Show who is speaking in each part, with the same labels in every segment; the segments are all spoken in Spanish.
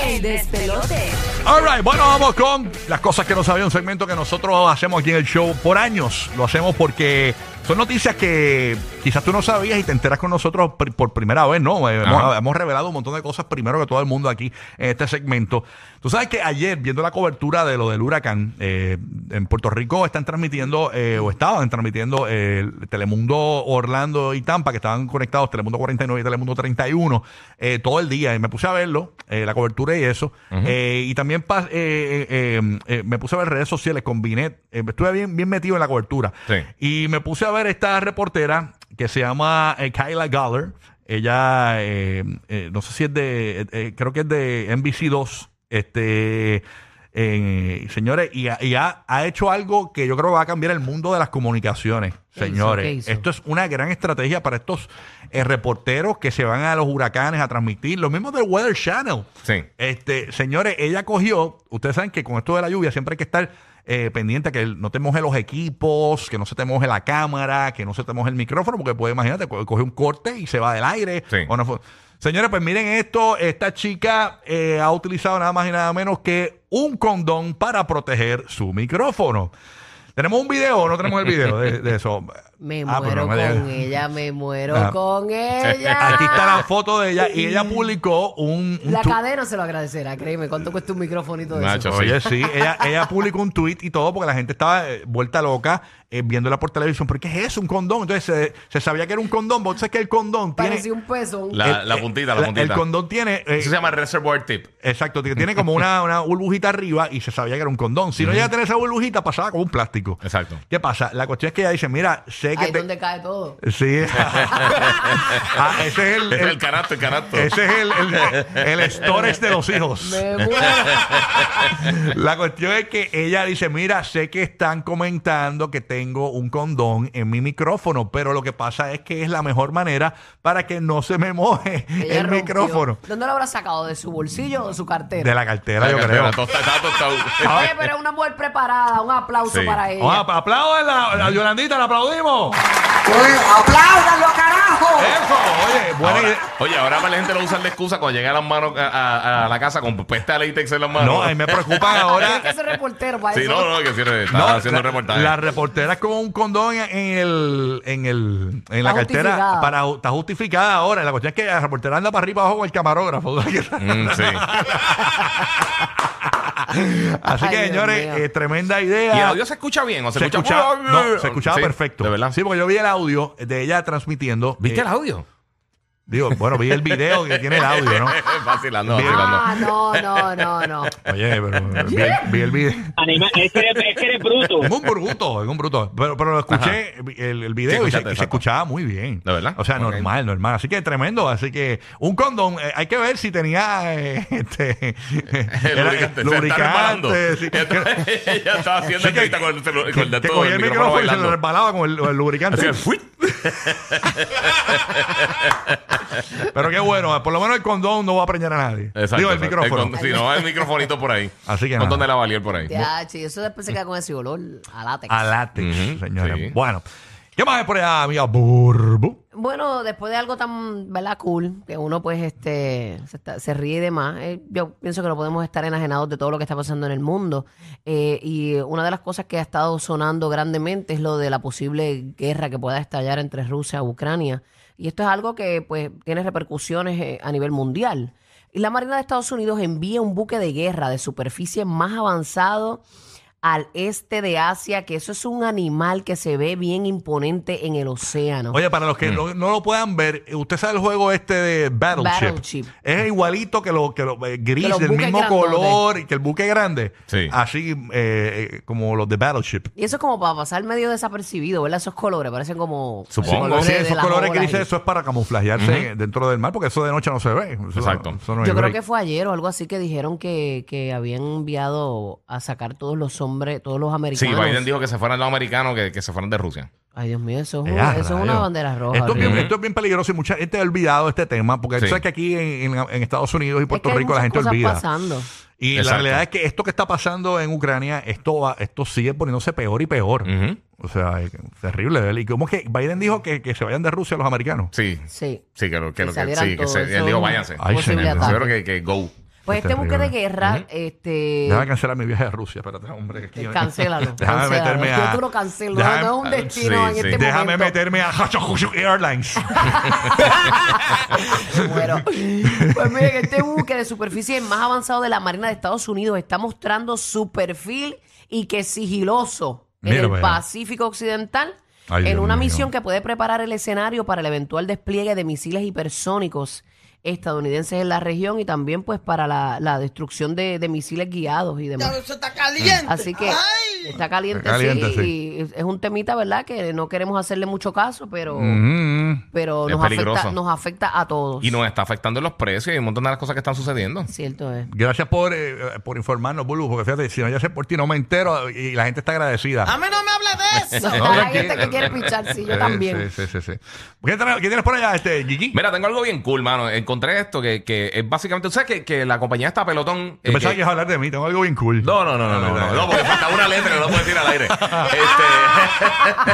Speaker 1: El despelote.
Speaker 2: All right, bueno, vamos con las cosas que no sabía, un segmento que nosotros hacemos aquí en el show por años. Lo hacemos porque son noticias que quizás tú no sabías y te enteras con nosotros pr- por primera vez, ¿no? Eh, Hemos, hemos revelado un montón de cosas primero que todo el mundo aquí en este segmento. Tú sabes que ayer, viendo la cobertura de lo del huracán, eh, en Puerto Rico están transmitiendo, eh, o estaban transmitiendo, eh, el Telemundo Orlando y Tampa, que estaban conectados, Telemundo 49 y Telemundo 31, eh, todo el día. Y me puse a verlo, eh, la cobertura y eso. Eh, y también pas- eh, eh, eh, eh, me puse a ver redes sociales con Binet. Eh, estuve bien, bien metido en la cobertura.
Speaker 3: Sí.
Speaker 2: Y me puse a ver esta reportera que se llama eh, Kyla Galler. Ella, eh, eh, no sé si es de, eh, eh, creo que es de NBC2. Este, eh, señores, y, ha, y ha- ha hecho algo que yo creo que va a cambiar el mundo de las comunicaciones,
Speaker 4: ¿Qué hizo? ¿Qué
Speaker 2: señores.
Speaker 4: hizo?
Speaker 2: Esto es una gran estrategia para estos eh, reporteros que se van a los huracanes a transmitir. Lo mismo del Weather Channel.
Speaker 3: Sí.
Speaker 2: Este, señores, ella cogió, ustedes saben que con esto de la lluvia siempre hay que estar eh, pendiente a que no te moje los equipos, que no se te moje la cámara, que no se te moje el micrófono, porque puede, imagínate, co- coge un corte y se va del aire.
Speaker 3: Sí.
Speaker 2: O no fu- Señores, pues miren esto, esta chica eh, ha utilizado nada más y nada menos que un condón para proteger su micrófono. ¿Tenemos un video o no tenemos el video de, de eso?
Speaker 4: Me
Speaker 2: Ah, pero
Speaker 4: muero
Speaker 2: no me
Speaker 4: con
Speaker 2: digas.
Speaker 4: ella, me muero
Speaker 2: Ah.
Speaker 4: con ella.
Speaker 2: Aquí está la foto de ella y ella publicó un... un
Speaker 4: La
Speaker 2: tu-
Speaker 4: cadena se lo agradecerá, créeme. ¿Cuánto cuesta un microfonito de
Speaker 3: Nacho,
Speaker 4: eso?
Speaker 2: Oye, sí, ella, ella publicó un tweet y todo porque la gente estaba eh, vuelta loca eh, viéndola por televisión. ¿Por qué es eso? Un condón. Entonces se, se sabía que era un condón. Vos sabés que el condón tiene.
Speaker 4: Parecía un peso.
Speaker 3: La,
Speaker 2: el- eh,
Speaker 3: la puntita, la,
Speaker 2: la-
Speaker 3: puntita.
Speaker 2: El condón tiene. eh,
Speaker 3: Eso se llama reservoir tip.
Speaker 2: Exacto, que tiene como una, una burbujita arriba y se sabía que era un condón. Si no llega a tener esa burbujita, pasaba como un plástico.
Speaker 3: Exacto.
Speaker 2: ¿Qué pasa? La cuestión es que ella dice: Mira, sé que.
Speaker 4: Ahí
Speaker 2: te-
Speaker 4: donde cae todo.
Speaker 2: Sí. Ah, ese es el.
Speaker 3: Es
Speaker 2: el-
Speaker 3: el canasto, el canasto.
Speaker 2: ese es el, el, el storage de los hijos.
Speaker 4: Me muero.
Speaker 2: La cuestión es que ella dice, mira, sé que están comentando que tengo un condón en mi micrófono, pero lo que pasa es que es la mejor manera para que no se me moje
Speaker 4: Ella
Speaker 2: el
Speaker 4: rompió.
Speaker 2: micrófono.
Speaker 4: ¿Dónde lo habrá sacado? ¿De su bolsillo o de su cartera?
Speaker 2: De la cartera, yo creo.
Speaker 3: Tosta, está tostado.
Speaker 4: Oye, pero es una mujer preparada. Un aplauso
Speaker 3: Sí.
Speaker 4: para ella.
Speaker 2: Vamos, ap- aplauden a la- a Yolandita, la aplaudimos.
Speaker 5: ¡Apláudanlo, carajo!
Speaker 2: Eso, oye, buena
Speaker 3: Ahora-
Speaker 2: idea.
Speaker 3: oye, ahora para la gente lo usan de excusa cuando llegan las manos a, a- a la casa con pesta de latex en las manos.
Speaker 2: No, a mí me preocupan ahora.
Speaker 4: Tienes que ser reportero para
Speaker 3: Sí,
Speaker 4: eso.
Speaker 3: no, no, que sí, está
Speaker 2: No,
Speaker 3: haciendo
Speaker 2: la-
Speaker 3: reportaje.
Speaker 2: Las reporteras con un condón en el, en el, en la
Speaker 4: Está
Speaker 2: cartera
Speaker 4: justificada.
Speaker 2: para está justificada ahora. La cuestión es que la reportera anda para arriba y para abajo con el camarógrafo.
Speaker 3: Mm, sí.
Speaker 2: Así que,
Speaker 4: Ay, Dios
Speaker 2: señores,
Speaker 4: mío.
Speaker 2: eh, tremenda idea.
Speaker 3: ¿Y el audio se escucha bien? ¿O se,
Speaker 2: se escuchaba, no, se escuchaba
Speaker 3: Sí,
Speaker 2: perfecto.
Speaker 3: De verdad.
Speaker 2: Sí, porque yo vi el audio de ella transmitiendo.
Speaker 3: ¿Viste
Speaker 2: eh,
Speaker 3: el audio?
Speaker 2: Digo, bueno, vi el video que tiene el audio, ¿no?
Speaker 3: vacilando,
Speaker 2: Bien.
Speaker 3: vacilando.
Speaker 4: Ah, no, no, no, no.
Speaker 2: Oye, pero eh, vi, el- vi el video.
Speaker 6: Anima- es, que eres, es que eres bruto.
Speaker 2: Es un bruto, es un bruto. Pero, pero lo escuché el, el
Speaker 3: Sí,
Speaker 2: video y se, y se
Speaker 3: escuchaste, exacto.
Speaker 2: escuchaba muy bien.
Speaker 3: ¿De verdad?
Speaker 2: O sea,
Speaker 3: Ok.
Speaker 2: normal, normal. Así que tremendo. Así que un condón, eh, hay que ver si tenía eh, este,
Speaker 3: El
Speaker 2: era-
Speaker 3: lubricante.
Speaker 2: lubricante,
Speaker 3: Se
Speaker 2: sí.
Speaker 3: está resbalando. Ella está- Ella estaba haciendo
Speaker 2: Sí, que-
Speaker 3: entrevista con el celu- con el
Speaker 2: que
Speaker 3: todo
Speaker 2: cogía
Speaker 3: el
Speaker 2: el micrófono y se lo
Speaker 3: bailando.
Speaker 2: resbalaba con el, el lubricante.
Speaker 3: Así que, ¡fuit!
Speaker 2: Pero qué bueno, por lo menos el condón no va a preñar a nadie.
Speaker 3: Exacto,
Speaker 2: Digo, el
Speaker 3: exacto.
Speaker 2: micrófono.
Speaker 3: con- si no, el microfonito por ahí.
Speaker 2: Así que
Speaker 3: Un
Speaker 2: nada.
Speaker 3: montón de lavalier por ahí.
Speaker 4: Ya, chi, eso después se queda con ese olor a látex.
Speaker 2: A látex,
Speaker 3: Ujú,
Speaker 2: señores.
Speaker 3: sí.
Speaker 2: Bueno, ¿qué más hay por allá, amiga Burbu?
Speaker 4: Bueno, después de algo tan, ¿verdad? Cool, que uno pues este se, está- se ríe y demás, eh, yo pienso que no podemos estar enajenados de todo lo que está pasando en el mundo. Eh, y una de las cosas que ha estado sonando grandemente es lo de la posible guerra que pueda estallar entre Rusia y Ucrania. Y esto es algo que pues tiene repercusiones eh, a nivel mundial. Y la Marina de Estados Unidos envía un buque de guerra de superficie más avanzado al este de Asia, que eso es un animal que se ve bien imponente en el océano.
Speaker 2: Oye, para los
Speaker 4: Mm.
Speaker 2: que no, no lo puedan ver, usted sabe el juego este de Battleship.
Speaker 4: Battleship.
Speaker 2: Es igualito que lo, que lo eh, gris,
Speaker 4: Que los
Speaker 2: del
Speaker 4: buques
Speaker 2: mismo
Speaker 4: grandotes.
Speaker 2: color, y que el buque grande.
Speaker 3: Sí.
Speaker 2: Así eh, eh, como los de Battleship.
Speaker 4: y eso es como para pasar medio desapercibido, ¿verdad? Esos colores parecen como...
Speaker 3: Supongo.
Speaker 4: colores
Speaker 2: Sí,
Speaker 4: de
Speaker 2: esos
Speaker 4: las
Speaker 2: colores
Speaker 4: olas
Speaker 2: grises,
Speaker 4: y-
Speaker 2: eso es para camuflajearse dentro del mar, porque eso de noche no se ve. Eso-
Speaker 3: Exacto.
Speaker 2: eso no hay
Speaker 4: Yo creo
Speaker 2: break.
Speaker 4: que fue ayer o algo así que dijeron que, que habían enviado a sacar todos los hombres, todos los
Speaker 3: Sí,
Speaker 4: americanos.
Speaker 3: Biden dijo que se fueran los americanos, que, que se fueran de Rusia.
Speaker 4: Ay, Dios mío, eso es,
Speaker 2: Eh, ah,
Speaker 4: una, eso es una
Speaker 2: rayos.
Speaker 4: bandera roja.
Speaker 2: Esto es, bien,
Speaker 4: horrible.
Speaker 2: esto es bien peligroso y mucha gente ha olvidado este tema, porque tú
Speaker 3: Sí.
Speaker 2: sabes que aquí en, en- en Estados Unidos y
Speaker 4: Es que
Speaker 2: Puerto
Speaker 4: hay
Speaker 2: Rico la
Speaker 4: muchas
Speaker 2: gente
Speaker 4: cosas
Speaker 2: olvida.
Speaker 4: pasando.
Speaker 2: Y la
Speaker 3: Exacto.
Speaker 2: realidad es que esto que está pasando en Ucrania, esto va- esto sigue poniéndose peor y peor.
Speaker 3: Ujú.
Speaker 2: O sea, es terrible. ¿verdad? Y como que Biden dijo que, que se vayan de Rusia los americanos.
Speaker 3: Sí.
Speaker 4: Sí.
Speaker 3: Sí, que lo que,
Speaker 4: Que
Speaker 3: lo que
Speaker 4: salieran
Speaker 3: sí, que
Speaker 4: todos,
Speaker 3: se,
Speaker 4: eso
Speaker 3: él
Speaker 4: es
Speaker 3: dijo
Speaker 4: un
Speaker 3: váyanse.
Speaker 2: Ay,
Speaker 4: posible
Speaker 2: señor.
Speaker 3: Yo creo
Speaker 4: ataque.
Speaker 3: que, que go.
Speaker 4: Pues este buque de
Speaker 2: terrible.
Speaker 4: guerra, este...
Speaker 2: Déjame cancelar mi viaje a Rusia. Espérate, hombre. aquí-
Speaker 4: eh, Cancélalo.
Speaker 2: Déjame
Speaker 4: cancélalo.
Speaker 2: meterme a.
Speaker 4: Yo tú lo cancelo.
Speaker 2: Déjame-
Speaker 4: no es un destino
Speaker 3: sí,
Speaker 4: en este
Speaker 3: sí.
Speaker 2: Déjame
Speaker 4: momento.
Speaker 2: meterme a Airlines.
Speaker 4: Bueno, pues miren, este buque de superficie más avanzado de la Marina de Estados Unidos está mostrando su perfil y que sigiloso en
Speaker 2: Mira,
Speaker 4: el
Speaker 2: vaya.
Speaker 4: Pacífico Occidental
Speaker 2: Ay,
Speaker 4: en
Speaker 2: Dios
Speaker 4: una
Speaker 2: mío.
Speaker 4: misión que puede preparar el escenario para el eventual despliegue de misiles hipersónicos estadounidenses en la región y también pues para la, la destrucción de, de misiles guiados y demás.
Speaker 5: Eso está caliente.
Speaker 4: Así que está caliente,
Speaker 2: Está caliente,
Speaker 4: sí, y es un temita, ¿verdad? Que no queremos hacerle mucho caso, pero,
Speaker 2: Mm.
Speaker 4: pero
Speaker 3: Es
Speaker 4: nos, afecta,
Speaker 3: peligroso.
Speaker 4: nos afecta a todos.
Speaker 3: Y nos está afectando en los precios y un montón de las cosas que están sucediendo.
Speaker 4: Cierto es.
Speaker 2: Gracias por, eh, por informarnos, Bulu, porque fíjate, si no ya sé por ti, no me entero y la gente está agradecida.
Speaker 5: A mí no me hable de eso.
Speaker 2: No,
Speaker 4: Hay
Speaker 2: tranquilo.
Speaker 4: gente que quiere pichar, sí, Ah, yo
Speaker 2: Eh,
Speaker 4: también.
Speaker 2: Sí, sí, sí. sí. ¿Qué, tra- qué tienes por allá, este, Gigi?
Speaker 3: Mira, tengo algo bien cool, mano. Encontré esto que, que es básicamente, tú sabes que, que la compañía está pelotón.
Speaker 2: Yo
Speaker 3: eh,
Speaker 2: pensaba que
Speaker 3: que-
Speaker 2: ibas a hablar de mí, tengo algo bien cool. Ah,
Speaker 3: No, no, no, no, no, no, no, porque falta una letra y no la puedes decir al aire.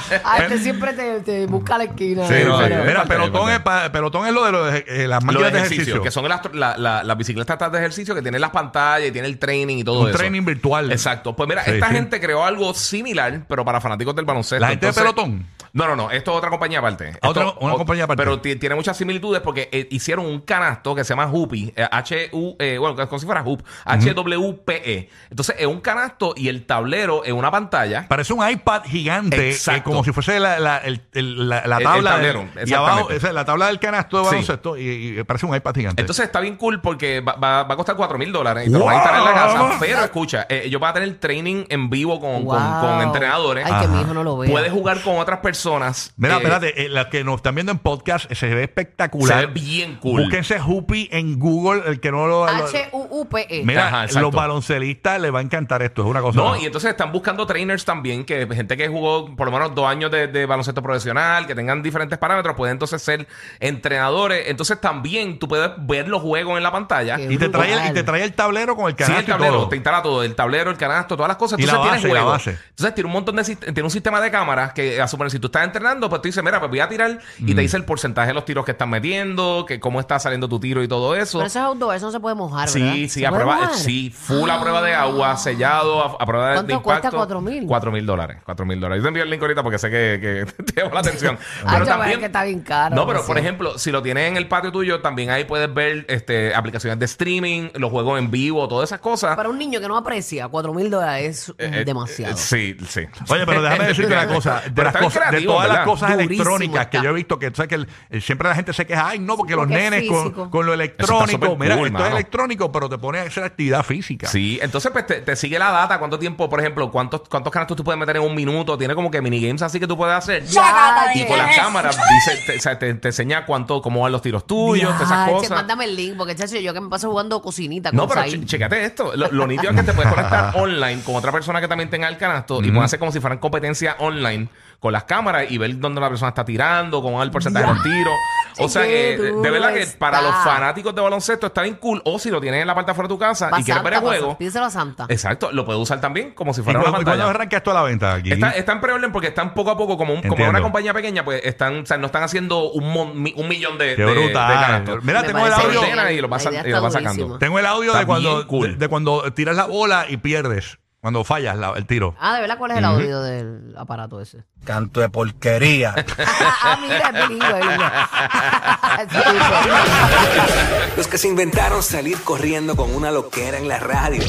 Speaker 3: Este,
Speaker 4: Ah, este siempre te, te busca la esquina.
Speaker 3: Sí,
Speaker 4: eh,
Speaker 3: no,
Speaker 4: pero-
Speaker 3: sí,
Speaker 2: Mira,
Speaker 3: falta,
Speaker 2: pelotón
Speaker 3: falta.
Speaker 2: es, pa- pelotón es lo de los, eh, las
Speaker 3: lo
Speaker 2: máquinas
Speaker 3: de
Speaker 2: de
Speaker 3: ejercicio, que son las la, la, las bicicletas estas de ejercicio que tienen las pantallas y tiene el training y todo
Speaker 2: Un
Speaker 3: eso.
Speaker 2: training virtual.
Speaker 3: Exacto. Pues mira,
Speaker 2: Sí,
Speaker 3: esta
Speaker 2: sí.
Speaker 3: gente creó algo similar, pero para fanáticos del baloncesto.
Speaker 2: ¿La gente de Pelotón?
Speaker 3: No, no, no. Esto es otra compañía aparte.
Speaker 2: Ah, otra-
Speaker 3: Esto-
Speaker 2: una
Speaker 3: o-
Speaker 2: compañía aparte.
Speaker 3: Pero ti- tiene muchas similitudes porque eh, hicieron un canasto que se llama Hoopy. eh, H-U, eh, bueno, como si fuera Hoop. H-W-P-E. E. Entonces, es un canasto y el tablero es una pantalla.
Speaker 2: Parece un iPad gigante,
Speaker 3: Exacto.
Speaker 2: eh, como si fuese la, la, el- el- la- la
Speaker 3: El- el
Speaker 2: tabla.
Speaker 3: tablero,
Speaker 2: del- y abajo,
Speaker 3: exactamente.
Speaker 2: o sea, la tabla del canasto de
Speaker 3: Sí.
Speaker 2: baloncesto y, y parece un iPad gigante.
Speaker 3: Entonces está bien cool porque va, va- va a costar 4 mil dólares y te lo vas a
Speaker 2: ¡Wow!
Speaker 3: instalar en la casa. Pero escucha, eh, ellos van a tener training en vivo con, con-
Speaker 4: Wow.
Speaker 3: con entrenadores.
Speaker 4: Ay, que mi hijo no lo vea.
Speaker 3: Puedes jugar con otras personas.
Speaker 2: Mira,
Speaker 3: eh,
Speaker 2: espérate, eh, las que nos están viendo en podcast eh, se ve
Speaker 3: Se
Speaker 2: espectacular.
Speaker 3: ve bien cool.
Speaker 2: Búsquense Hoopy en Google, el que no lo. lo-
Speaker 4: H-U-U-P-E.
Speaker 2: mira,
Speaker 3: Ajá, exacto.
Speaker 2: los baloncelistas les va a encantar esto, es una cosa.
Speaker 3: No, y entonces están buscando trainers también, que gente que jugó por lo menos dos años de, de baloncesto profesional, que tengan diferentes parámetros, pueden entonces ser entrenadores. Entonces también tú puedes ver los juegos en la pantalla.
Speaker 4: Qué
Speaker 2: Y te, trae el, y
Speaker 4: brutal.
Speaker 2: te trae el tablero con el
Speaker 3: Sí,
Speaker 2: canasto
Speaker 3: el tablero,
Speaker 2: y todo.
Speaker 3: te instala todo, el tablero, el canasto, todas las cosas.
Speaker 2: Y
Speaker 3: Entonces
Speaker 2: la
Speaker 3: tienes
Speaker 2: base, y la
Speaker 3: juego.
Speaker 2: base.
Speaker 3: Entonces tiene un montón de sist- tiene un sistema de cámaras que a suponer si tú estás entrenando, pues tú dices, mira, pues voy a tirar
Speaker 2: Mm.
Speaker 3: y te dice el porcentaje de los tiros que estás metiendo, que cómo está saliendo tu tiro y todo eso.
Speaker 4: Pero eso es outdoor, eso no se puede mojar, ¿verdad?
Speaker 3: Sí, sí,
Speaker 4: ¿Se
Speaker 3: a
Speaker 4: puede
Speaker 3: prueba,
Speaker 4: mojar?
Speaker 3: sí, full a prueba de agua, sellado, a, a prueba de, de
Speaker 4: ¿Cuánto
Speaker 3: impacto.
Speaker 4: cuesta? ¿4,000?
Speaker 3: 4 mil dólares, 4 mil dólares. Yo te envío el link ahorita porque sé que, que te llamó la atención.
Speaker 4: Ah, yo veo que está bien caro,
Speaker 3: No, pero
Speaker 4: sí.
Speaker 3: por ejemplo, si lo tienes en el patio tuyo, también ahí puedes ver este, aplicaciones de streaming, los juegos en vivo, todas esas cosas.
Speaker 4: Para un niño que no aprecia, 4 mil dólares es
Speaker 3: Eh,
Speaker 4: demasiado.
Speaker 3: eh, sí, sí.
Speaker 2: Oye, pero déjame decirte una cosa. De,
Speaker 3: Pero
Speaker 2: las
Speaker 3: está bien
Speaker 2: cosas- de
Speaker 3: creativo,
Speaker 2: todas las
Speaker 3: ¿verdad?
Speaker 2: cosas
Speaker 4: Durísimo
Speaker 2: electrónicas que
Speaker 4: está.
Speaker 2: yo he visto, que, tú sabes que el- eh, siempre la gente se queja, ay, no, porque los
Speaker 4: Porque es
Speaker 2: nenes con,
Speaker 4: físico.
Speaker 2: con lo electrónico,
Speaker 3: súper
Speaker 2: mira,
Speaker 3: cool,
Speaker 2: esto es
Speaker 3: mano.
Speaker 2: electrónico, pero te pone a hacer actividad física.
Speaker 3: Sí, entonces pues, te, te sigue la data, cuánto tiempo, por ejemplo, cuántos, cuántos canastos tú puedes meter en un minuto, tiene como que minigames así que tú puedes hacer.
Speaker 5: Ya,
Speaker 3: y con las cámaras dice, te, o sea, te- te enseña cuánto, cómo van los tiros tuyos, todas esas
Speaker 4: Diache,
Speaker 3: cosas.
Speaker 4: Mándame el link, porque chacho, yo que me paso jugando cocinita con
Speaker 3: No, pero
Speaker 4: Saí.
Speaker 3: che- checate esto. Lo, lo nítido es que te puedes conectar online con otra persona que también tenga el canasto y puedes hacer como si fueran competencia online con las cámaras y ver dónde la persona está tirando, cómo va el porcentaje de los tiros. O sea que, eh,
Speaker 4: qué
Speaker 3: de- de
Speaker 4: duro
Speaker 3: verdad que
Speaker 4: está.
Speaker 3: para los fanáticos de baloncesto está bien cool. O si lo tienes en la parte de afuera de tu casa
Speaker 4: Pa'
Speaker 3: y quieres ver el
Speaker 4: Santa, pa'
Speaker 3: juego.
Speaker 4: Santa. Pídeselo a Santa.
Speaker 3: Exacto, lo puedes usar también como si
Speaker 2: ¿Y
Speaker 3: fuera una
Speaker 2: cuándo, y cuándo
Speaker 3: pantalla.
Speaker 2: arranca esto a la venta aquí?
Speaker 3: Está, está en preorden porque están poco a poco, como, un- como
Speaker 2: Entiendo.
Speaker 3: una compañía pequeña, pues están, o sea, no están haciendo un, mon- mi- un millón de,
Speaker 2: Qué
Speaker 3: de- de
Speaker 2: brutal.
Speaker 3: canastos.
Speaker 2: Mira,
Speaker 4: Me
Speaker 2: tengo el
Speaker 4: parece
Speaker 2: audio.
Speaker 4: bien.
Speaker 3: Ordena y lo vas
Speaker 4: La idea
Speaker 3: y lo
Speaker 4: está
Speaker 3: vas sacando.
Speaker 4: durísima.
Speaker 2: Tengo el audio
Speaker 3: Está
Speaker 2: de cuando,
Speaker 3: bien cool.
Speaker 2: de, de cuando tiras la bola y pierdes. Cuando fallas la- el tiro.
Speaker 4: Ah, de verdad, ¿cuál es el audio del aparato ese?
Speaker 7: Canto de porquería.
Speaker 4: ah, mira, es bilingüe, bilingüe.
Speaker 8: Los que se inventaron salir corriendo con una loquera en la radio.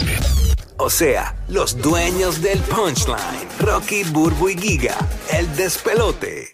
Speaker 8: O sea, los dueños del punchline. Rocky, Burbu y Giga. El despelote.